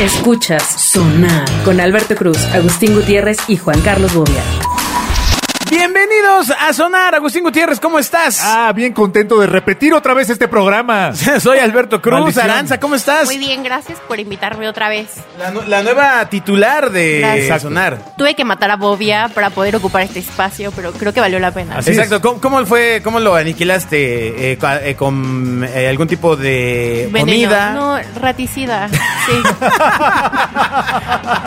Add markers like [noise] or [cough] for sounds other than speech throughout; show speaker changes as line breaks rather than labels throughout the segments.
Escuchas Sonar con Alberto Cruz, Agustín Gutiérrez y Juan Carlos Bobia.
Bienvenidos a Sonar. Agustín Gutiérrez, ¿cómo estás?
Ah, bien contento de repetir otra vez este programa.
[laughs] Soy Alberto Cruz.
Maldición.
Aranza, ¿cómo estás?
Muy bien, gracias por invitarme otra vez.
La, nu- la nueva titular de
Gracias.
Sonar.
Tuve que matar a Bobia para poder ocupar este espacio, pero creo que valió la pena.
Así es.
Exacto. ¿Cómo, cómo fue, ¿Cómo lo aniquilaste? Eh, cua- eh, ¿Con eh, algún tipo de
Veneno.
comida?
No, raticida. Sí.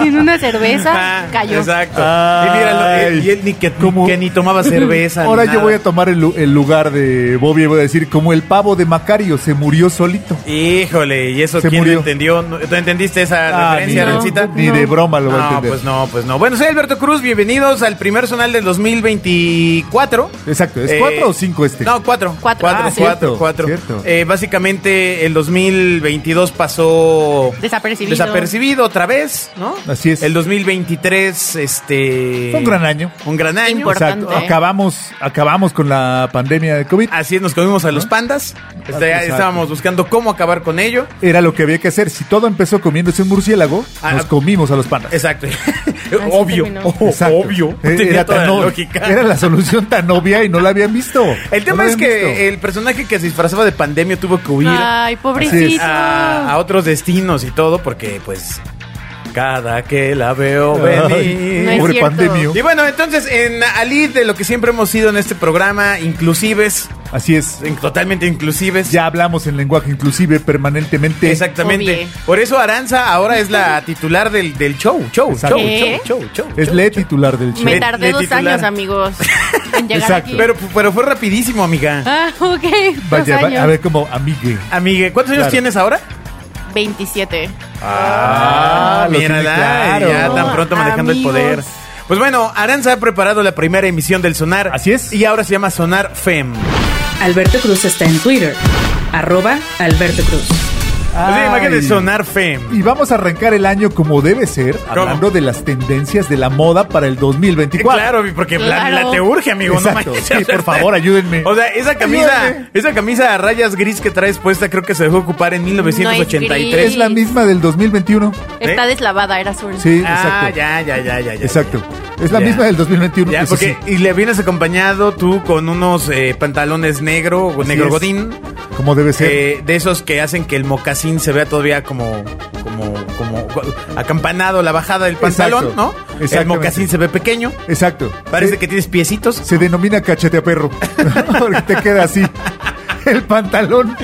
Sin una cerveza,
Ah,
cayó.
Exacto.
Ay.
y míralo, él, y él ni que,
¿Cómo?
que ni
[laughs]
tomaba cerveza. ni
Ahora yo
nada.
voy a tomar el, lu- el lugar de Bobby y voy a decir, como el pavo de Macario se murió solito.
Híjole, ¿y eso
Se
quién lo
murió.
entendió? ¿No- ¿Tú entendiste esa
Ah,
referencia,
ni,
Rencita?
ni de broma lo va a
No,
entender.
pues no, pues no. Bueno, soy Alberto Cruz, bienvenidos al primer Zonal del 2024.
Exacto, ¿es
Eh,
cuatro o cinco este?
No, cuatro.
Cuatro.
Cuatro,
Ah,
cuatro,
cierto,
cuatro.
cierto.
Eh, básicamente el 2022 pasó...
Desapercibido.
Desapercibido otra vez, ¿no?
Así es.
El 2023, este...
Fue un gran año.
Un gran año.
Importante.
Exacto, acabamos, acabamos con la pandemia de COVID.
Así es, nos comimos a los pandas. Este,
Exacto.
estábamos buscando cómo acabar con ello.
Era lo que había que hacer. Si todo empezó comiéndose un murciélago,
Ah,
nos comimos a los pandas.
Exacto. [laughs]
Así
obvio.
terminó.
Ojo, [laughs]
Exacto.
Obvio.
Eh,
Tenía
Era,
toda
tan
la
ob-
lógica.
era la solución tan obvia y no la habían visto.
El
No
tema
la
es que eh,
habían visto.
el personaje que se disfrazaba de pandemia tuvo que huir
Ay,
Así es.
pobrecito.
a, a otros destinos y todo, porque pues cada que la veo venir.
No es
pobre
cierto.
pandemio.
Y bueno, entonces en Ali de lo que siempre hemos sido en este programa, inclusives,
Así es.
en- totalmente inclusives.
Ya hablamos en lenguaje inclusive permanentemente.
Exactamente.
Obvio.
Por eso Aranza ahora es la titular del, del show, show,
Exacto.
show,
¿Qué?
show, show, show,
Es
show.
le titular del show.
Me
le-
tardé
le
dos
titular.
años, amigos, en llegar
Exacto.
aquí.
Pero, pero fue rapidísimo, amiga.
Ah, ok. dos
Vaya, va-
años.
a ver como amigue.
Amiga, ¿cuántos años
Claro.
tienes ahora?
27.
Ah, lo
mira,
tiene
la-
claro.
ya tan pronto manejando
Amigos.
el poder. Pues bueno, Aranza ha preparado la primera emisión del Sonar.
Así es.
Y ahora se llama Sonar Fem. Pues
Alberto Cruz está en Twitter, arroba Alberto Cruz.
Así,
Ay.
imagínate Sonar Fem.
Y vamos a arrancar el año como debe ser,
¿Cómo?
hablando de las tendencias de la moda para el
Eh,
2024.
Claro, porque la,
Claro.
la te urge, amigo. no
Exacto.
manches.
Sí, por favor, ayúdenme.
O sea, esa camisa,
Ayúdenme.
esa camisa a rayas gris que traes puesta creo que se dejó ocupar en
No
1983.
Es la misma del 2021.
Está
¿Eh?
deslavada, era azul.
Sí,
ah,
exacto.
ya, ya, ya, ya, ya.
Exacto. Es la
Ya.
misma del 2021.
Ya,
eso
porque,
sí.
y le vienes acompañado tú con unos eh, pantalones negro, o
Así
negro
es.
godín.
Como debe ser.
Eh, de esos que hacen que el mocasín se vea todavía como, como, como acampanado la bajada del pantalón,
Exacto.
¿no? El
Exactamente.
mocasín se ve pequeño.
Exacto.
Parece
Se-
que tienes piecitos.
Se denomina cachete a perro. [laughs] porque te queda así. El pantalón.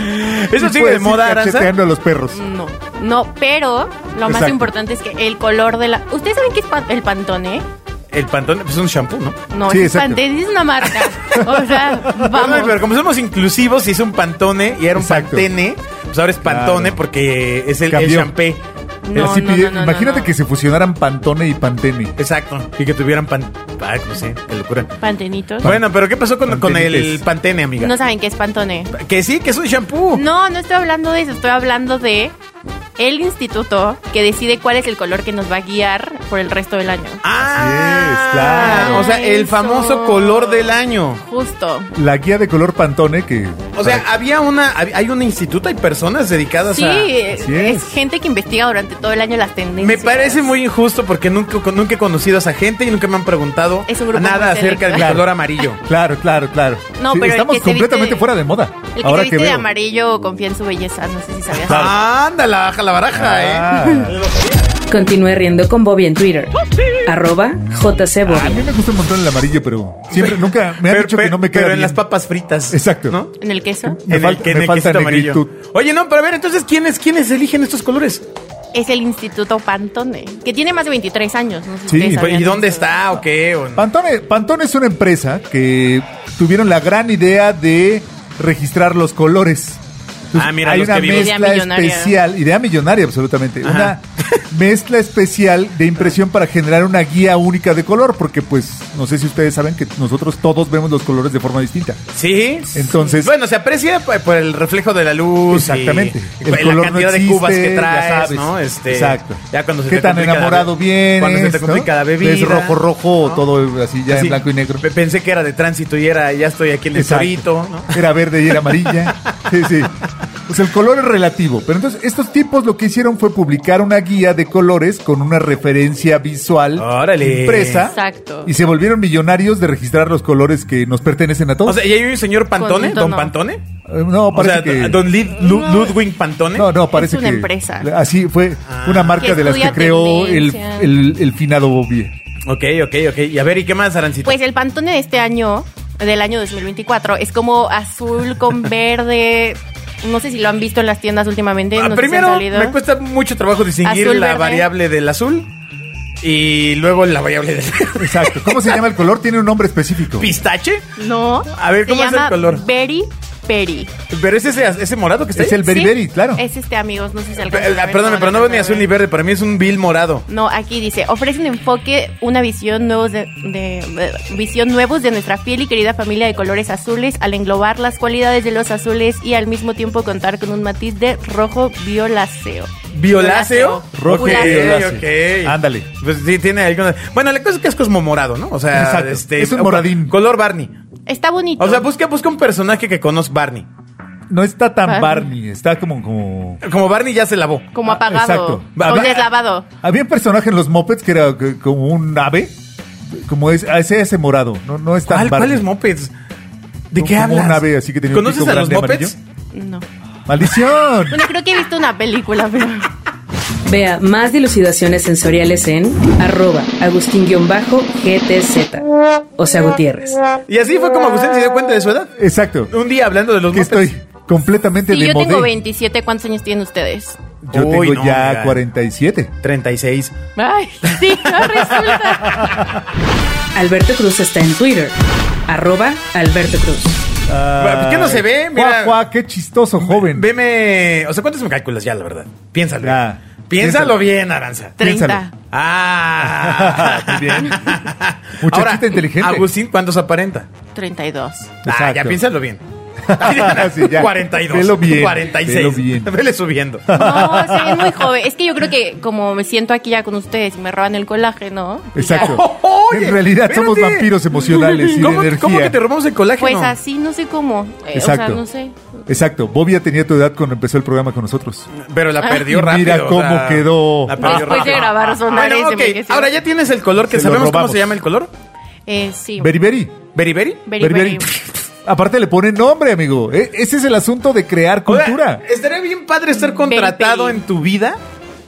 ¿Eso
Y
sigue
puedes
de moda,
ir
Aranza?
Cacheteando a los perros.
No, no, pero lo más
Exacto.
importante es que el color de la. ¿Ustedes saben qué es pan- el pantone?
El pantón pues es un shampoo, ¿no?
No,
Sí,
es
exacto.
Pantene es una marca.
[laughs]
O sea,
Perdón, Pero
vamos.
como somos inclusivos, si es un pantone y era un
Exacto.
pantene, pues ahora es pantone
Claro.
porque es el, el
Cambió.
champé.
No,
Así
no,
pide-
no, no,
imagínate
no.
que se fusionaran Pantone y Pantene.
Exacto. Y que tuvieran pan. Ay, no sé, qué locura.
Pantenitos.
Bueno, pero ¿qué pasó con, con el
Pantenites.
pantene, amiga?
No saben qué es pantone.
Que sí, que es un shampoo.
No, no estoy hablando de eso, estoy hablando de el instituto que decide cuál es el color que nos va a guiar por el resto del año.
Ah,
Así es, claro.
O sea, el
Eso.
famoso color del año.
Justo.
La guía de color Pantone que.
O sea, había una, hab- hay un instituto, hay personas dedicadas
Sí, eh,
a.
es.
así es.
gente que investiga durante todo el año las tendencias.
Me parece muy injusto porque nunca, nunca he conocido a esa gente y nunca me han preguntado
Es un grupo
nada
muy
acerca del
selecto.
color
[laughs]
amarillo.
Claro, claro, claro.
No, pero el
estamos
que se
completamente
viste-
fuera de moda.
El que
ahora
se viste
que
de
veo.
amarillo confía en su belleza, no sé si sabías.
Ándala, baja la baraja, ¿eh?
Ah,
Continúe riendo con Bobby en Twitter, arroba JC
a mí
Bobia.
me gusta un montón el amarillo, pero siempre, nunca me
Pero-
han dicho
pero-
que no me queda
Pero en
bien.
las papas fritas.
Exacto.
¿No?
¿En el queso?
Me falta- me falta
quesito amarillo.
negritud.
Oye, no, pero a ver, entonces, ¿quiénes, quiénes eligen estos colores?
Es el Instituto Pantone, que tiene más de 23 años. No sé si
Sí,
ustedes
y
sabían
¿Y dónde
eso.
está o qué? O no?
Pantone, Pantone es una empresa que tuvieron la gran idea de registrar los colores.
Ah, mira,
hay
los
una
que vimos.
Idea
mezcla
millonaria.
especial, idea millonaria absolutamente,
Ajá. [laughs]
una mezcla especial de impresión para generar una guía única de color, porque pues no sé si ustedes saben que nosotros todos vemos los colores de forma distinta.
Sí.
Entonces-
Bueno, se aprecia p- por el reflejo de la luz. y-
Exactamente.
y
El
la
color no
cantidad de
existe,
cubas que
ya
traes,
sabes.
¿no? Este,
Exacto.
Ya cuando se
¿Qué
te
tan
complica la be-
enamorado vienes?
Cuando se te
no?
complica la bebida.
Ves rojo, rojo,
¿no?
todo así ya
Sí.
en blanco y negro.
Pe- Pensé que era de tránsito y era, ya estoy aquí en el
Exacto.
torito, ¿no?
Era verde y era amarilla. Sí, sí. O sea, el color es relativo. Pero entonces, estos tipos lo que hicieron fue publicar una guía de colores con una referencia visual
Órale.
impresa.
Exacto.
Y se volvieron millonarios de registrar los colores que nos pertenecen a todos.
O sea, ¿y hay un señor Pantone?
Con
¿Don
tono.
Pantone?
Eh, no,
O
parece
sea,
que...
¿Don Lid- Lu- Ludwig Ah. Pantone?
No, no, parece
Es una
que
empresa.
Así fue una marca
Que
de las que
estudia
creó el,
tendencias.
el, el finado Bobby.
Ok, ok, ok. Y a ver, ¿y qué más, Arancita?
Pues el Pantone de este año, del año 2024, es como azul con [laughs] verde. No sé si lo han visto en las tiendas últimamente.
Ah,
no sé si han
primero,
eh, salido.
me cuesta mucho trabajo distinguir
Azul,
la
verde.
variable del azul y luego la variable del [laughs]
Exacto. ¿Cómo se llama el color? Tiene un nombre específico.
pistache.
No.
A ver, ¿cómo
se
es el
llama
color?
Berry Peri.
Pero es ese, ese morado que está
Es
ahí.
el Beriberi, claro.
Es este, amigos, no sé si
Pe-
alcanzan
eh,
a ver,
Perdóname, pero no
alcanzan
veo ni
a
azul ni
ver.
verde. Para mí es un vil morado.
No, aquí dice, ofrece un enfoque, una visión nuevos de, de- de- visión nuevos de nuestra fiel y querida familia de colores azules al englobar las cualidades de los azules y al mismo tiempo contar con un matiz de rojo violáceo.
¿Violáceo?
Rojo
Ok,
violáceo.
ok.
Ándale.
Pues sí, tiene alguna. Bueno, la cosa es que es como morado, ¿no? O sea,
Exacto.
este,
Es un
o-
moradín.
Color Barney.
Está bonito.
O sea, busca, busca un personaje que conozca Barney.
No está tan
Barney.
Barney, está como, como...
Como Barney ya se lavó.
como
Ah,
apagado.
exacto.
O deslavado.
Había un personaje en los Muppets que era que- como un ave, como es, ah, ese, ese morado. No, no es tan
¿Cuál,
Barney.
¿Cuáles mopeds? ¿De
No,
qué
como
hablas?
un ave así que tenía un
¿Conoces
pico
a los
grande
mopeds?
No.
[laughs]
¡Maldición!
Bueno, creo que he visto una película, pero.
Vea más dilucidaciones sensoriales en arroba agustín-gtz. O sea, Gutiérrez.
Y así fue como Agustín se dio cuenta de su edad.
Exacto.
Un día hablando de los
Que
mopeds.
estoy completamente
Si yo
demodé.
tengo 27, ¿cuántos años tienen ustedes?
Yo tengo
Uy, no,
ya
ya. [laughs]
47.
36.
Ay, sí, [laughs] no resulta.
Alberto Cruz está en Twitter. Arroba Alberto Cruz.
¿Por pues, qué no se ve? Mira.
Mira. qué chistoso joven.
Veme. O sea, ¿cuántos me calculas ya, la verdad? Piénsalo.
Ya.
Piénsalo
Piénsalo.
bien, Aranza.
30.
Ah.
[laughs] Muy bien. Muchachita inteligente.
Agustín, ¿cuántos aparenta?
32.
Ah, ya
Exacto.
Eh,
piénsalo bien.
[laughs] Sí, ya.
42.
Velo bien,
46.
velo bien.
Vele
[laughs]
subiendo.
No, se ven muy joven. Es que yo creo que como me siento aquí ya con ustedes y me roban el colágeno. y ya.
Exacto.
Oye,
en realidad somos
espérate.
vampiros emocionales y de
¿Cómo,
energía.
¿Cómo que te robamos el colágeno?
Pues así, no sé cómo. Eh, o sea,
Exacto.
no sé.
Exacto. Bobia tenía tu edad cuando empezó el programa con nosotros.
Pero la perdió
Y
rápido.
mira
o
cómo
sea,
quedó.
la perdió
Ah. Después de
rápido. Ah,
grabar sonar
Bueno,
ese
ok,
envejeció.
Ahora ya tienes el color que
Se lo
sabemos cómo
robamos.
se llama el color.
Eh, sí.
Beriberi.
¿Beriberi?
Very, very.
Aparte le pone nombre, amigo. E- ese es el asunto de crear
Oiga,
cultura.
estaría bien padre estar contratado
Beriberi.
en tu vida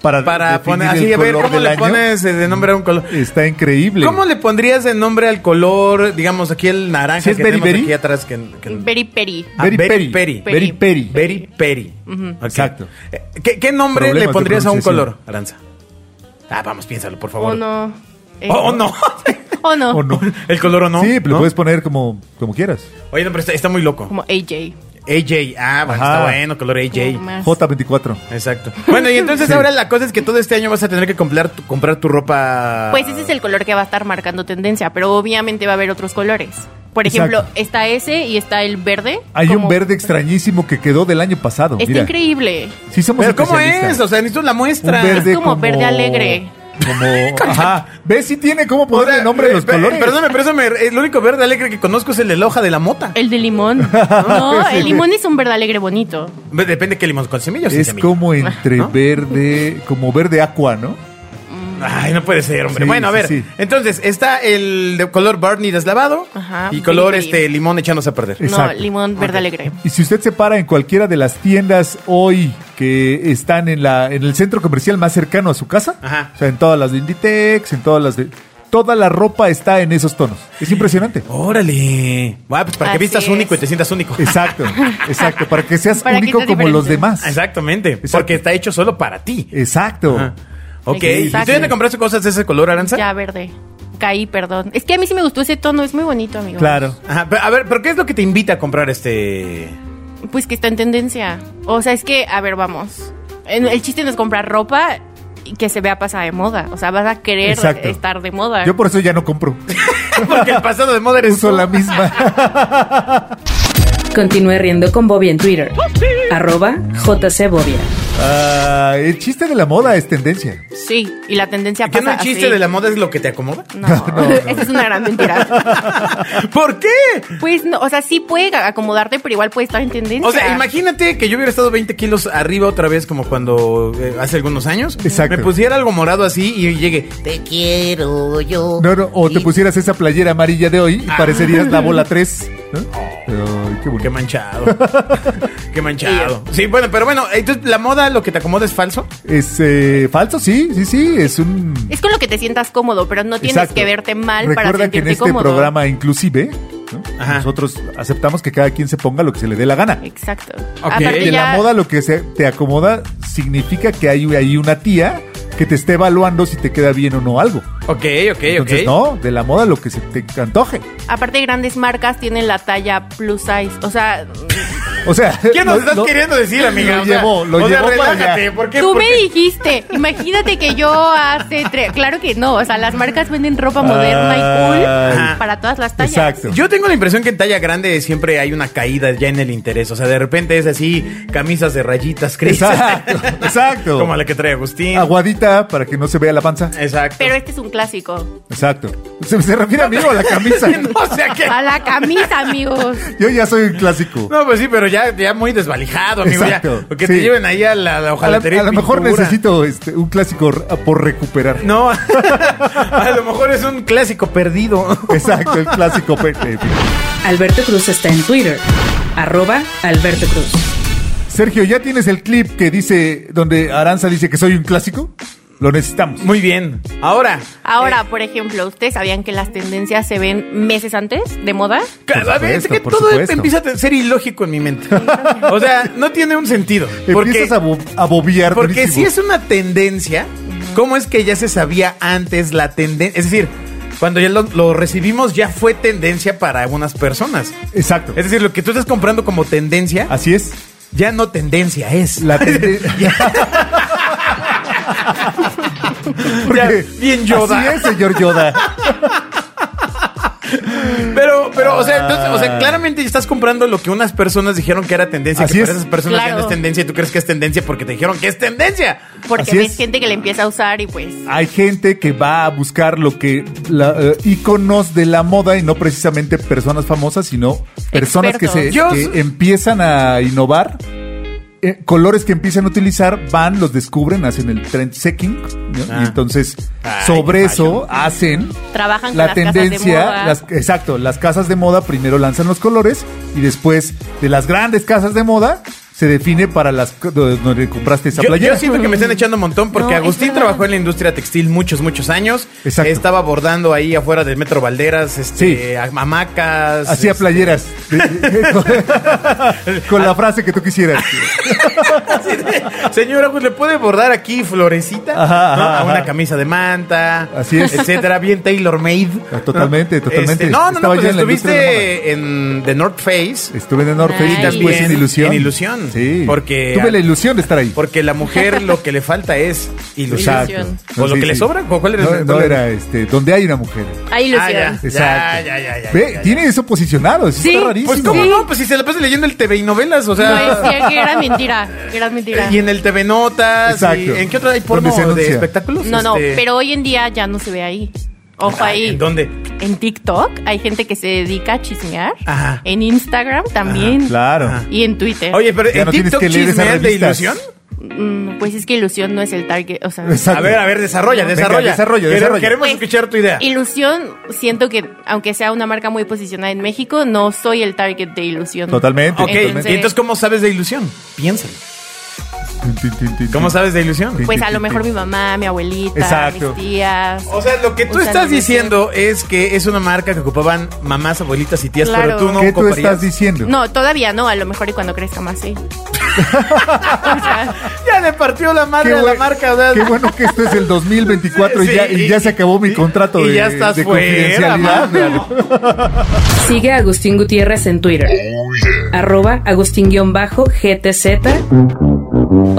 para
para
definir
poner
el
así, a ver,
color
¿cómo
del
le
año,
pones eh, de nombre a un color?
Está increíble.
¿Cómo le pondrías de nombre al color, digamos, aquí el naranja
¿Sí es
que tenemos
beriberi?
aquí atrás? Que, que-
Very, very.
Ah,
Very
beriberi.
Peri.
Peri.
Very Peri.
Beriberi. Ok.
Exacto.
Eh, ¿Qué, qué nombre
Problemas
le
de
pondrías a un
pronunciación.
color, Aranza? Ah, vamos, piénsalo, por favor.
O no. Eh,
Oh, no.
O no.
O no.
[laughs] el color o no.
Sí, pero
¿No?
lo puedes poner como, como quieras.
Oye, no, pero está, está muy loco.
Como AJ.
AJ, ah, bueno,
Ajá.
está bueno, color AJ.
Como más.
J24.
Exacto. Bueno, y
[laughs]
entonces ahora la cosa es que todo este año vas a tener que comprar tu, comprar tu ropa.
Pues ese es el color que va a estar marcando tendencia, pero obviamente va a haber otros colores. Por ejemplo,
Exacto.
está ese y está el verde.
Hay
como-
un verde extrañísimo que quedó del año pasado.
Está
Mira.
increíble.
Sí somos
Pero ¿cómo
especialistas.
es? O sea, necesito la
Un
muestra.
verde
como verde alegre.
[laughs]
Como, ajá. ¿Ves si tiene cómo
O sea, eh,
ponerle nombre a los
pe-
colores?
Perdóname, pero eso me, el único verde alegre que conozco es el de la hoja de la mota.
El de
[laughs]
limón. No,
Sí.
el limón es un verde alegre bonito.
Depende que limón, con semillas
Es como entre
¿No?
verde, como verde aqua, ¿no?
Ay, no puede ser, hombre.
Sí,
bueno, a
sí,
ver.
sí.
Entonces, está el de color Barney deslavado
Ajá,
y color
beriberi.
este limón echándose a perder.
Exacto.
No, limón verde alegre.
Y si usted se para en cualquiera de las tiendas hoy que están en la en el centro comercial más cercano a su casa,
Ajá.
o sea, en todas las de Inditex, en todas las de toda la ropa está en esos tonos.
[laughs]
Es impresionante.
Órale. Bueno, pues para que
Así
vistas
es.
único y te sientas único.
Exacto, exacto, para que seas
Para que
único
seas
como los
diferente.
[laughs]
demás.
Exactamente.
Exacto.
Porque está hecho solo para ti.
Exacto.
Ajá. Ok. ¿Y tú
Exacto.
ya te compraste cosas de ese color, Aranza?
Ya verde. Caí, perdón. Es que a mí sí me gustó ese tono, es muy bonito, amigo.
Claro.
Ajá, pero, a ver, ¿pero qué es lo que te invita a comprar este...? [laughs]
Pues que está en tendencia. O sea, es que, a ver, vamos. En- El chiste no es comprar ropa y que se vea pasada de moda. O sea, vas a querer
Exacto.
estar de moda.
Yo por eso ya no compro. [laughs]
Porque el pasado de moda eres
Uso
tú.
la misma.
[laughs]
Continúe riendo con Bobby en Twitter. Arroba JC Bobia.
Ah, el chiste de la moda es tendencia.
Sí, y la tendencia
¿Qué
pasa
no el chiste
así.
de la moda es lo que te
[laughs]
acomoda?
No, [laughs] esa es una gran mentira.
¿Por qué?
Pues no, o sea, sí puede acomodarte, pero igual puede estar en tendencia.
O sea, imagínate que yo hubiera estado 20 kilos arriba otra vez como cuando eh, hace algunos años.
Exacto.
Me pusiera algo morado así y llegue.
Te quiero yo.
No, no, o te pusieras esa playera amarilla de hoy y
Ah.
parecerías la bola 3. Ay, qué
Qué
bonito. [laughs]
manchado. qué manchado. Sí, bueno, pero bueno, entonces la moda lo que te acomoda es falso.
Es eh, falso, sí, sí, sí. Es un.
Es con lo que te sientas cómodo, pero no tienes
Exacto.
que verte mal
Recuerda
para sentirte
que en este
cómodo.
programa, inclusive, ¿no?
Ajá.
nosotros aceptamos que cada quien se ponga lo que se le dé la gana.
Exacto.
Ok,
Aparte
De la
ya-
moda, lo que se te acomoda significa que hay ahí una tía que te esté evaluando si te queda bien o no algo.
Ok, ok, ok.
Entonces, no, de la moda lo que se te antoje.
Aparte, grandes marcas tienen la talla plus size. O sea,
[laughs] O sea,
¿Qué nos
no-
estás
no-
queriendo decir, amiga?
Lo
O sea,
llevó, lo
o sea,
llevó para
relájate.
allá.
¿Por qué?
tú
¿Por
me
qué?
dijiste, imagínate que yo hace tres. Claro que no, o sea, las marcas venden ropa moderna y cool
Ay.
para todas las tallas.
Exacto.
Yo tengo la impresión que en talla grande siempre hay una caída ya en el interés. O sea, de repente es así, camisas de rayitas grises. [laughs]
Exacto, exacto.
Como la que trae Agustín.
Aguadita para que no se vea la panza.
Exacto.
Pero este es un clásico.
Exacto. Se, se refiere a mí o a
[laughs]
la camisa.
[laughs] o sea que.
A la camisa, amigos.
Yo ya soy un clásico.
No, pues sí, pero ya, ya muy desvalijado, amigo. ya.
Exacto,
que te
sí.
lleven ahí a la, la
a, la-
hojalatería.
a lo
y
mejor
pintura.
necesito este, un clásico r- por recuperar.
No, [laughs] a lo mejor es un clásico
[laughs]
perdido.
[laughs] Exacto, el clásico. pe- eh, fin.
Alberto Cruz está en Twitter. Arroba Alberto Cruz.
Sergio, ¿ya tienes el clip que dice, donde Aranza dice que soy un clásico? Lo necesitamos.
Muy bien. Ahora.
Ahora, por ejemplo, ¿ustedes sabían que las tendencias se ven meses antes de moda?
Claro, a ver, es
supuesto,
que
por
todo
supuesto.
empieza a ser ilógico en mi mente. O sea, no tiene un sentido. Porque,
Empiezas a, bo- a bobear.
porque si
durísimo.
es una tendencia, ¿cómo es que ya se sabía antes la tendencia? Es decir, cuando ya lo, lo recibimos, ya fue tendencia para algunas personas.
Exacto.
Es decir, lo que tú estás comprando como tendencia,
Así es.
ya no tendencia es. [laughs]
La [laughs] tendencia.
Ya, bien Yoda.
Así es, señor Yoda.
Pero, pero, o sea, entonces, o
Ah.
sea, claramente estás comprando lo que unas personas dijeron que era tendencia,
Así
que
es.
para esas personas ya no
Claro.
es tendencia y tú crees que es tendencia porque te dijeron que es tendencia.
Porque
Así
ves
es.
gente que la empieza a usar y pues.
Hay gente que va a buscar lo que la, eh, íconos de la moda y no precisamente personas famosas, sino personas que se
Expertos.
que
Yo-
empiezan a innovar. eh, colores que empiezan a utilizar van, los descubren, hacen el trend checking ¿no?
Ah.
y entonces
Ay,
sobre
qué
eso hacen
Trabajan con
la
las
tendencia,
casas de moda.
las- exacto, las casas de moda primero lanzan los colores y después de las grandes casas de moda se define para las co- donde compraste esa
Yo,
playera.
yo siento que me están echando un montón porque
No, es
Agustín
verdad.
trabajó en la industria textil muchos, muchos años.
Exacto.
Estaba bordando ahí afuera del Metro Valderas,
Sí.
este, hamacas.
Hacía
este,
[laughs] playeras. con, la frase que tú quisieras.
Señora, pues le puede bordar aquí florecita
Ajá,
¿no?
ajá,
a una
ajá.
camisa de manta,
Así es.
etcétera, bien tailor made.
Ah, totalmente, totalmente.
no, no, no,
Estaba
pues
yo en la industria
estuviste en The North Face.
Estuve en el norte
Nice.
y después en
También
ilusión.
en Ilusión.
Sí.
Porque-
Tuve la ilusión de estar ahí.
Porque la mujer lo que le falta es ilusión.
Ilusión.
¿O lo que le sobra? ¿O cuál era el-
No, no
cuál era?
era este, donde hay una mujer.
Hay
Ah,
ilusión.
ya.
Exacto.
Ya, ya, ya, ya,
Ve,
ya, ya.
tiene eso posicionado. Eso
Sí.
está rarísimo.
Pues cómo no, pues si se la pasa leyendo el TV y novelas, o sea. eh,
No, es que- que era mentira. Era mentira.
[laughs] Y en el TV Notas.
Exacto.
y- ¿En qué otra hay porno
Donde se
de
anuncia.
espectáculos?
No, no,
Este,
pero hoy en día ya no se ve ahí. Ojo
ay,
ahí.
¿En dónde?
En TikTok hay gente que se dedica a chismear.
Ajá.
En Instagram también.
Claro.
Ajá.
Y en Twitter.
Oye, pero
Ya
¿en
no tienes
TikTok
que leer esas
chismean de
revistas.
ilusión?
Mm, pues es que ilusión no es el target. O sea,
Exacto.
A ver, a ver, desarrolla,
Venga,
desarrolla.
desarrolla,
Quere-
desarrolla.
Queremos
Pues,
escuchar tu idea.
ilusión, siento que aunque sea una marca muy posicionada en México, no soy el target de ilusión.
Totalmente.
Ok,
Entonces-
¿y entonces cómo sabes de ilusión? Piénsalo.
Tin, tin, tin, tin,
¿Cómo
tin.
sabes de ilusión?
Pues a lo mejor mi mamá, mi abuelita,
Exacto.
mis tías.
O sea, lo que tú
usan
estás
ilusión.
diciendo es que es una marca que ocupaban mamás, abuelitas y tías, pero
Claro.
tú no
¿Qué tú
ocuparías.
estás diciendo?
No, todavía no, a lo mejor y cuando crezca más, sí.
Ya le partió la madre
Qué
a la
buen-
marca. o sea,
Qué bueno que esto
[laughs]
es el 2024
Sí,
y, ya, y
y-
ya se acabó mi
y-
contrato
y
de,
ya estás
de
fuera,
confidencialidad.
mano.
Sigue a Agustín Gutiérrez en Twitter. Arroba Agustín-GTZ.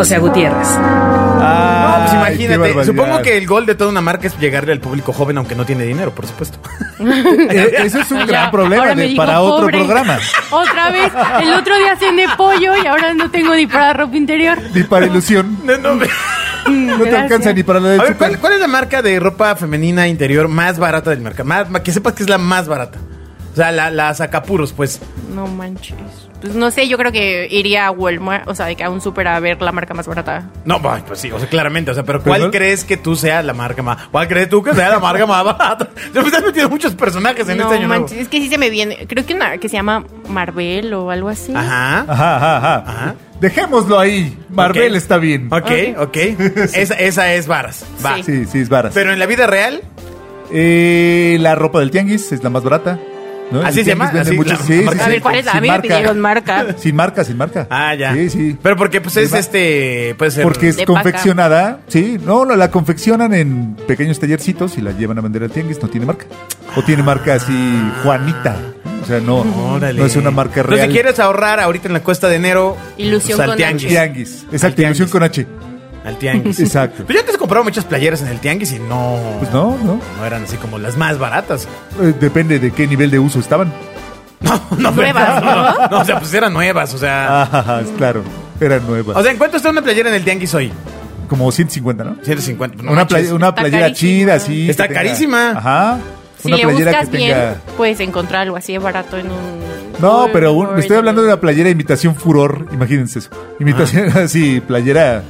O sea, Gutiérrez.
Ah,
pues
Ay, qué
imagínate.
barbaridad. Eh,
Supongo que el gol de toda una marca es llegarle al público joven, aunque no tiene dinero, por
[laughs]
supuesto.
Eh, Ese es un
Ya,
gran problema
ahora me
de-
digo,
para otro
pobre.
programa.
[laughs] Otra vez, el otro día cené pollo y ahora no tengo ni para ropa interior. Mm,
Ni para
[laughs]
ilusión.
No, no.
No te alcanza ni para la del
A ver,
super.
¿cuál, cuál es la marca de ropa femenina interior más barata del mercado? Más- que sepas que es la más barata. O sea, la, las acapuros, pues.
No manches. Pues no sé, yo creo que iría a Walmart, o sea, de que a un súper a ver la marca más barata.
No, bah, pues sí, o sea, claramente. O sea, pero ¿cuál
¿Perdón?
crees que tú sea la marca más? ¿Cuál crees tú que sea la marca más barata? [laughs] Yo me estás metiendo muchos personajes en
no
este año nuevo.
manches, es que sí se me viene. Creo que una que se llama Marvel o algo así.
Ajá.
Ajá, ajá, ajá.
Ajá.
Dejémoslo ahí. Marvel
Ok.
está bien.
Ok, ok. Esa, esa es varas. Va.
Sí.
Sí, sí, es varas.
Pero en la vida real,
Eh, la ropa del tianguis es la más barata. ¿no?
¿Así
El
se llama?
tianguis vende
¿Así?
mucho-
La-
sí,
la
sí,
marca.
A
sí,
ver, ¿cuál es?
sin
A mí me
marca.
pidieron marca.
Sin marca, sin marca.
Ah, ya.
Sí, sí.
Pero porque pues
Sin
es
mar-
este, puede ser.
Porque es
De paca.
confeccionada. Sí, no, no, la confeccionan en pequeños tallercitos y la llevan a vender al tianguis. No tiene marca. O tiene marca así, Juanita. O sea, no,
Ah. Órale.
no es una marca real.
Entonces, si quieres ahorrar ahorita en la cuesta de enero,
Ilusión
pues, al
con
tianguis.
Tianguis.
Al
Exacto, ilusión
tianguis.
con H.
Al tianguis.
[laughs]
Pues,
Exacto.
Pero yo antes compraba muchas playeras en el tianguis y no.
Pues no, no.
No eran así como las más baratas. [laughs]
Eh, depende de qué nivel de uso estaban.
No, no.
Nuevas,
no, no, o sea, pues eran nuevas, o sea.
Ah, claro. Era nueva.
O sea, ¿en cuánto está una playera en el tianguis hoy?
Como 150, ¿no?
150. no
una,
manches.
play- una
Está
playera
carísima.
chida, así.
Está
que tenga-
carísima.
Ajá.
Si
una
le
playera
buscas
que
bien,
tenga.
puedes encontrar algo así de barato en un.
No, pero un-
Walmart.
me estoy hablando de una playera imitación furor. Imagínense eso. Imitación [laughs] así, playera.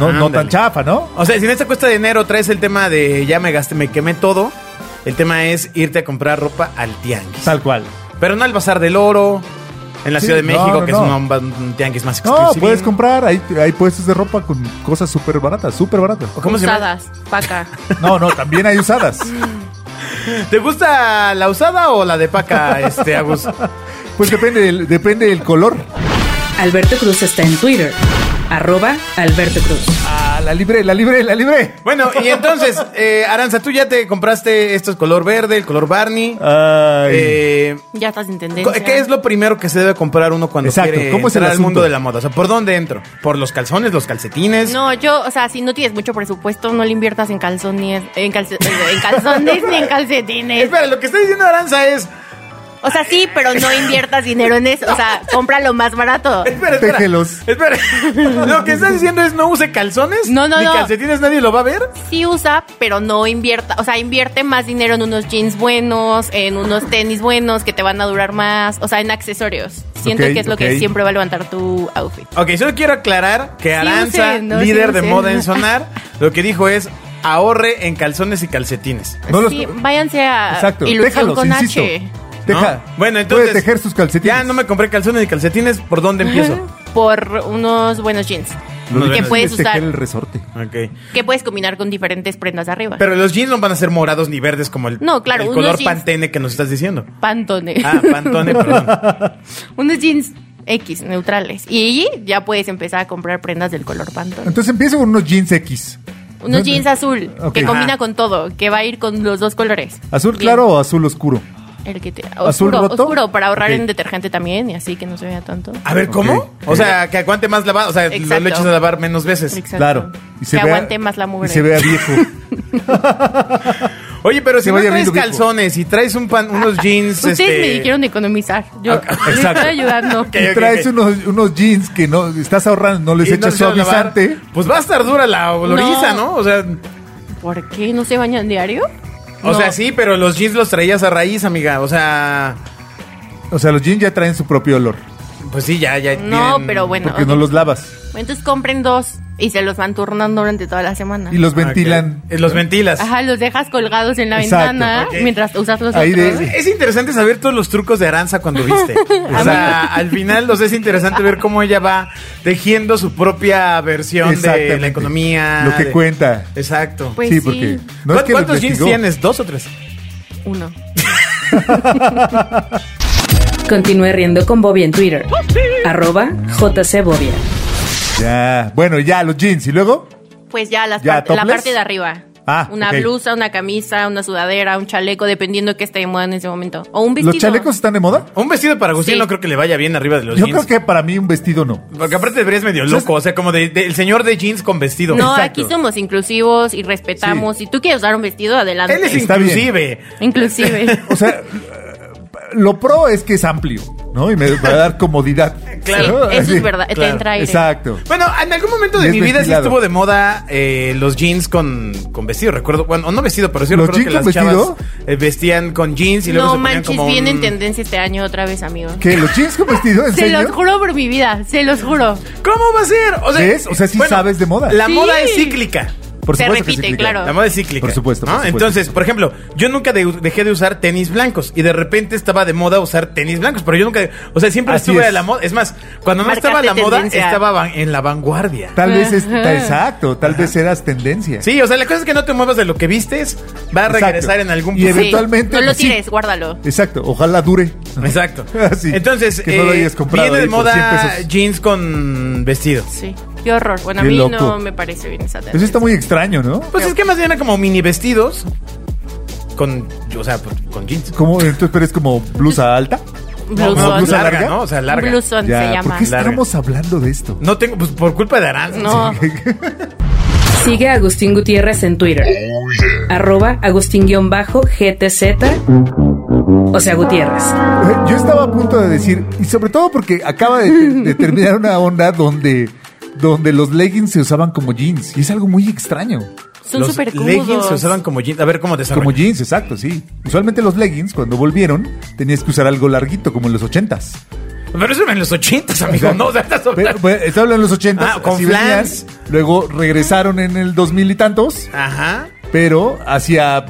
No, no
Ah. Ándale.
tan chafa, ¿no?
O sea, si en esta cuesta de enero traes el tema de ya me gasté, me quemé todo, el tema es irte a comprar ropa al tianguis.
Tal cual.
Pero no al Bazar del Oro, en la
Sí,
Ciudad de
no,
México,
no,
que
no.
es un, un tianguis más
No, pues,
exclusivo.
puedes comprar. Hay, hay puestos de ropa con cosas súper baratas, súper baratas.
¿Cómo se llama?
Usadas,
[laughs]
paca.
No, no, también hay usadas.
¿Te gusta la usada o la de paca, este,
[laughs]
Agus?
Pues depende del, depende del color.
Alberto Cruz está en Twitter. Arroba Alberto Cruz.
Ah, la libre, la libre, la libre.
Bueno, y entonces, eh, Aranza, tú ya te compraste estos color verde, el color Barney.
Ay.
Eh,
Ya estás en
co-
tendencia.
¿Qué es lo primero que se debe comprar uno cuando
Exacto,
quiere
¿cómo es el
entrar al
asunto?
mundo de la moda? O sea, ¿por dónde entro? ¿Por los calzones, los calcetines?
No, yo, o sea, si no tienes mucho presupuesto, no le inviertas en calzones, en, calce- [laughs] en calzones ni en calcetines.
Espera, lo que está diciendo Aranza es...
O sea, sí, pero no inviertas dinero en eso.
[laughs]
O sea, compra lo más barato.
Espera, espera.
Téjelos.
Espera. [laughs] Lo que estás diciendo es no use calzones.
No, no,
ni
no.
calcetines, nadie lo va a ver.
Sí usa, pero no invierta. O sea, invierte más dinero en unos jeans buenos, en unos tenis buenos que te van a durar más. O sea, en accesorios. Siento
Ok,
que es lo
ok.
que siempre va a levantar tu outfit.
Ok, solo quiero aclarar que Aranza,
usen, no,
líder
sí
de
usen.
moda en
[laughs]
sonar, lo que dijo es ahorre en calzones y calcetines.
No los-
sí, váyanse a
Exacto,
Ilusión
déjalos,
con
insisto.
H.
¿no?
Deja.
Bueno, entonces.
Puede tejer sus calcetines.
Ya no me compré calzones ni calcetines. ¿Por dónde empiezo?
por unos buenos jeans.
Lo
que
difícil
puedes
es tejer
usar.
el resorte.
ok.
Que puedes combinar con diferentes prendas de arriba.
Pero los jeans no van a ser morados ni verdes como el,
No, claro,
el
unos
color
jeans.
pantene que nos estás diciendo.
Pantone. [laughs]
Ah, pantone, perdón.
unos jeans X neutrales. Y ya puedes empezar a comprar prendas del color Pantone.
Entonces empiezo con unos jeans X.
Unos jeans azul,
Ok.
que combina
Ajá.
con todo, que va a ir con los dos colores.
¿Azul
Bien.
claro o azul oscuro?
El que te, oscuro,
¿Azul roto?
oscuro, para ahorrar
Ok. Ah,
en detergente también, y así que no se vea tanto.
A ver, ¿cómo?
Ok.
O sea, que aguante más lavado. O sea, lo,
Exacto.
lo eches a lavar menos veces.
Exacto.
Claro.
que
vea-
aguante más la mugre.
Y se vea
[laughs]
viejo.
Oye, pero si
Que
no
vaya
traes
viendo viejo.
calzones y traes un pan, unos jeans.
Ah, Ustedes
este,
me dijeron economizar. Yo
Ah,
Ok,
les estoy
exacto.
ayudando.
Ok,
y
ok,
traes
ok.
Unos, unos jeans que no estás ahorrando, no les
y no
echas
se va a lavar,
Pues suavizante.
Pues va a estar dura la oloriza,
No.
¿no? O sea,
¿Por qué no se bañan diario?
o
No.
sea, sí, pero los jeans los traías a raíz, amiga. O sea,
O sea, los jeans ya traen su propio olor.
pues sí, ya, ya.
No,
tienen- Ah,
pero bueno.
Porque no los lavas.
Entonces compren dos y se los van turnando durante toda la semana.
Y los
Ah,
ventilan.
ok. Eh, Los ventilas.
Ajá, los dejas colgados en la
Exacto.
ventana
Ok.
mientras usas los
Ahí
otros.
de-
Es interesante saber todos los trucos de Aranza
[laughs]
cuando viste. O sea, al final los es interesante ver cómo ella va tejiendo su propia versión de
Exactamente.
la economía.
Lo que
de-
cuenta.
Exacto.
Pues
sí,
sí.
porque. no es
¿Cuántos
que lo
jeans
investigó.
tienes? ¿Dos o tres?
Uno.
Continúe riendo con Bobia en Twitter. Arroba JC Bobia.
Ya. Bueno, ya, los jeans. ¿Y luego?
Pues ya, las
¿Ya,
part- la
topless?
parte de arriba.
Ah,
Una
ok.
blusa, una camisa, una sudadera, un chaleco, dependiendo que esté de moda en ese momento. O un vestido.
¿Los chalecos están de moda?
Un vestido para Agustín
Sí.
no creo que le vaya bien arriba de los
Yo
jeans.
creo que para mí un vestido no.
Porque aparte te verías medio loco, o sea, como de- de- el señor de jeans con vestido.
No,
Exacto.
aquí somos inclusivos y respetamos. Si tú quieres usar un vestido, adelante.
Él es
Está bien.
inclusive.
[laughs]
[laughs]
Inclusive.
O sea, lo pro es que es amplio, ¿no? Y me va a dar comodidad.
Sí, eso
Así.
es verdad.
claro,
te entra aire.
Exacto.
Bueno, en algún momento de
Y es
mi vida sí
ventilado.
estuvo de moda eh, los jeans con, con vestido, recuerdo. Bueno, no vestido, pero sí
¿Los
recuerdo que las
jeans con
chavas
vestido?
eh, vestían con jeans y luego
No
se ponían
manches,
como un-
viene en tendencia este año otra vez, amigo.
¿Qué? ¿Los jeans con vestido? ¿En
[laughs] Se
serio?
los juro por mi vida, se los juro.
¿Cómo va a ser? O sea,
¿Ves? O sea, sí sabes de moda.
La
Sí.
moda es cíclica.
Por
Se
supuesto que
repite,
sí,
claro.
La moda es cíclica.
Por supuesto, por
¿no?
supuesto.
Entonces, por ejemplo, yo nunca de- dejé de usar tenis blancos y de repente estaba de moda usar tenis blancos, pero yo nunca, o sea, siempre
Así
estuve
es.
a la moda. Es más, cuando no
Marcaste
estaba a la moda,
tendencia.
estaba van- en la vanguardia.
Tal vez es, exacto, tal vez eras tendencia.
Sí, o sea, la cosa es que no te muevas de lo que vistes, va a
Exacto.
regresar en algún
Y
punto.
Sí,
Eventualmente,
No lo
sí.
tires, guárdalo.
Exacto, ojalá dure.
Exacto.
[laughs] Así,
Entonces,
Ah, que no lo
eh,
hayas comprado
viene
ahí
de
por 100
moda
pesos.
jeans con vestido.
Sí, qué horror. Bueno, a
Qué
mí
loco. Pues
no me parece bien esa
Eso está
tendencia.
muy extraño, ¿no?
Pues es que más bien era como mini vestidos con, o sea, con jeans.
Como, entonces, pero es como blusa alta.
Blusón.
No,
blusa
larga,
larga.
¿no? O sea, larga.
Blusón se
Ya,
llama.
¿por qué
Larga.
estamos hablando de esto?
No tengo, pues por culpa de Aranza.
No.
Sigue a Agustín Gutiérrez en Twitter. Arroba Agustín-GTZ. O sea, Gutiérrez.
Eh, Yo estaba a punto de decir, y sobre todo porque acaba de, de terminar una onda donde, donde los leggings se usaban como jeans. Y es algo muy extraño.
Son
Los
súper cómodos.
leggings se usaban como jeans. A ver cómo desarrollo.
Como jeans, exacto, sí. Usualmente los leggings, cuando volvieron, tenías que usar algo larguito, como en los ochentas.
Pero eso era en los ochentas, amigo. no, o sea, estás
Pero, pues, bueno, estaba hablando en los 80
Ah, con flans.
Luego regresaron en el 2000 y tantos.
Ajá.
Pero hacia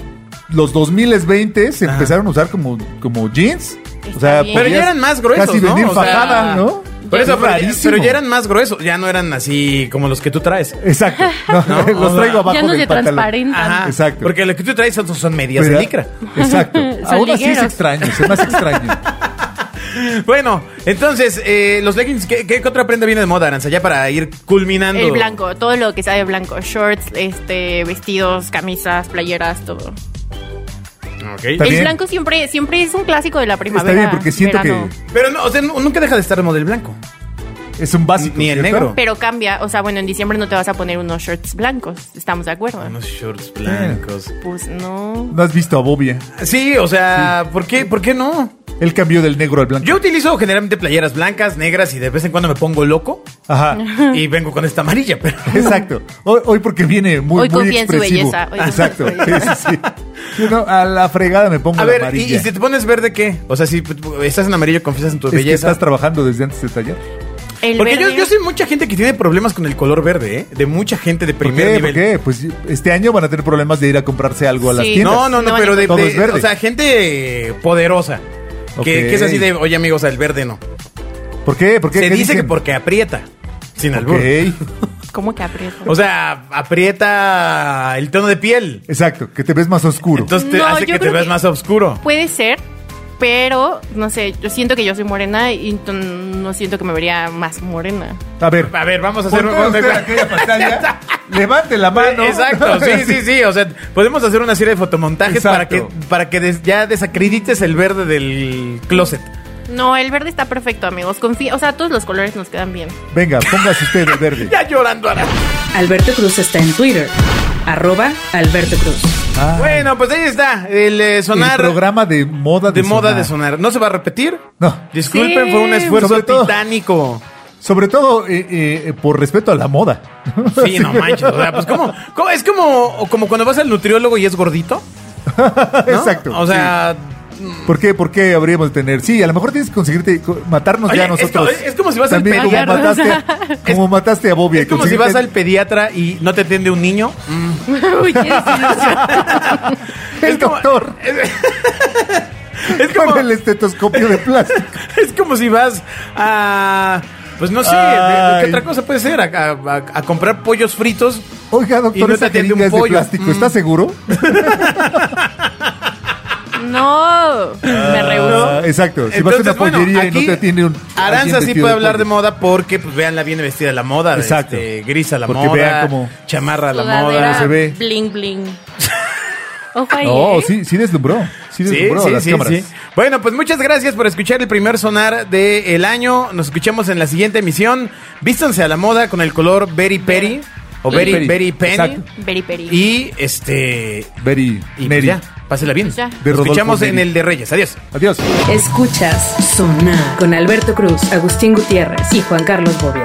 los 2020 se
Ajá.
empezaron a usar como, como jeans. O sea,
Está bien.
Pero ya
podías
eran más gruesos,
Casi
¿no?
venir
O sea,
fajada, ¿no?
Por eso,
Es
pero, ya-
rarísimo.
pero ya eran más gruesos. Ya no eran así como los que tú traes.
[laughs]
Exacto. No,
No, o
los
sea,
traigo abajo
Ya no
del
se
pantalón.
transparentan.
Ajá.
Exacto.
Porque los que tú traes son, son medias
¿Verdad?
de licra.
Exacto.
[laughs]
Aún así es
ligueros.
extraño, se me hace extraño.
Bueno, entonces, eh, los leggings, ¿qué, qué, qué otra prenda viene de moda, Aranza? Ya para ir culminando.
El blanco, todo lo que sea de blanco. Shorts, este, vestidos, camisas, playeras, todo.
Ok.
Está
el
bien.
blanco siempre, siempre es un clásico de la primavera.
Está bien, porque siento
verano.
Pero no, o sea, nu- nunca deja de estar de moda el blanco.
que es un básico.
Ni el
¿cierto?
negro.
Pero cambia, o sea, bueno, en diciembre no te vas a poner unos shorts blancos, estamos de
Ah,
acuerdo.
Ah, Unos shorts blancos.
Pues no.
No has visto a Bobia.
Eh, Sí, o sea, ¿por qué, por qué no?
Él cambió del negro al blanco.
Yo utilizo generalmente playeras blancas, negras y de vez en cuando me pongo loco
Ajá.
y vengo con esta amarilla, pero...
[laughs] Exacto. Hoy, hoy porque viene muy,
Hoy
muy
confía en su
expresivo.
belleza. Hoy confía en su
Exacto.
belleza.
Sí, sí, sí. No, a la fregada me pongo
A
la
ver, ¿y,
amarilla.
y si te pones verde qué? O sea, si p- estás en amarillo confías en tu
es que
belleza.
estás trabajando desde antes del taller.
El
Porque yo,
verde-
yo sé mucha gente que tiene problemas con el color verde, ¿eh? De mucha gente de
¿Por
primer
qué?
nivel.
¿Por qué? Pues este año van a tener problemas de ir a comprarse algo a las
Sí.
tiendas.
No, no, no,
No,
pero
no,
de,
todo
de-
es verde.
o sea, gente eh, poderosa. Que-
Ok.
Que, es así de, oye amigos, el verde no.
¿Por qué? ¿Por qué?
Se
¿Qué
dice
dicen?
que porque aprieta. Sin albur.
Ok.
¿Cómo que aprieto?
O sea, aprieta el tono de piel.
Exacto, que te ves más oscuro.
Entonces te
No,
hace
yo
que te
creo
veas
que-
más oscuro.
Puede ser, pero no sé, yo siento que yo soy morena y ento- no siento que me vería más morena.
a ver,
A ver, vamos a hacer
ponga usted aquella pantalla, levante la
[laughs]
mano.
Exacto,
[laughs]
sí, sí, sí. O sea, podemos hacer una serie de fotomontajes
Exacto.
para que, para que des- ya desacredites el verde del closet.
No, el verde está perfecto, amigos. Confía, o sea, todos los colores nos quedan bien. [laughs]
Venga, póngase usted el verde.
Ya llorando ahora.
Alberto Cruz está en Twitter. Arroba Alberto Cruz.
Ah,
Bueno, pues ahí está. El eh,
el
sonar
programa de moda de,
de moda de sonar. ¿No se va a repetir?
No.
Disculpen,
Sí.
fue un esfuerzo
Sobre todo- [laughs]
titánico.
Sobre todo eh, eh, por respeto a la moda.
Sí, no manches. O sea, pues como, es como, como cuando vas al nutriólogo y es gordito. ¿no?
Exacto.
O sea,
¿Por qué, ¿Por qué habríamos de tener? Sí, a lo mejor tienes que conseguirte, co- matarnos
Oye,
ya a
es
nosotros.
co- es como si vas al
También como
pediatra.
mataste, a- como mataste a Bobby.
es como si vas al pediatra y no te atiende un niño.
Uy, qué desilusión.
es
El
como- [laughs]
doctor
Es como,
con el estetoscopio de plástico.
es como si vas a. Pues no sé, de- de ¿qué
Ay.
otra cosa puede ser? A, a- a- a comprar pollos fritos.
Oiga,
Y no
doctor,
te
esa
atiende Mm.
jeringa
un
es de
pollo.
plástico.
Mm.
¿Estás seguro?
No, me
Ah,
rehusó.
exacto. Si vas a una
bueno,
pollería y no
aquí
te atiende un. alguien
Aranza sí
vestido
puede hablar de
pollo.
moda porque, pues, véanla bien vestida la moda.
Exacto.
este, gris a la
Porque
moda.
vean cómo-
Chamarra a la
Sudadera
moda.
se ve. [laughs]
Bling, bling. Ojo ahí.
No,
¿eh?
Oh, sí, sí deslumbró. Sí deslumbró a las cámaras.
Bueno, pues muchas gracias por escuchar el primer sonar del año. Nos escuchamos en la siguiente emisión. Vístanse a la moda con el color Berry Perry o Berry
Berry
Berry
Perry,
Penny.
exacto.
Very, very.
Y este.
Very
Y pues
Neri.
ya, pásela bien.
Pues ya.
De
Nos
Rodolfo
escuchamos en
Neri.
el de Reyes. Adiós.
Adiós.
Escuchas Sonar con Alberto Cruz, Agustín Gutiérrez y Juan Carlos Bobia.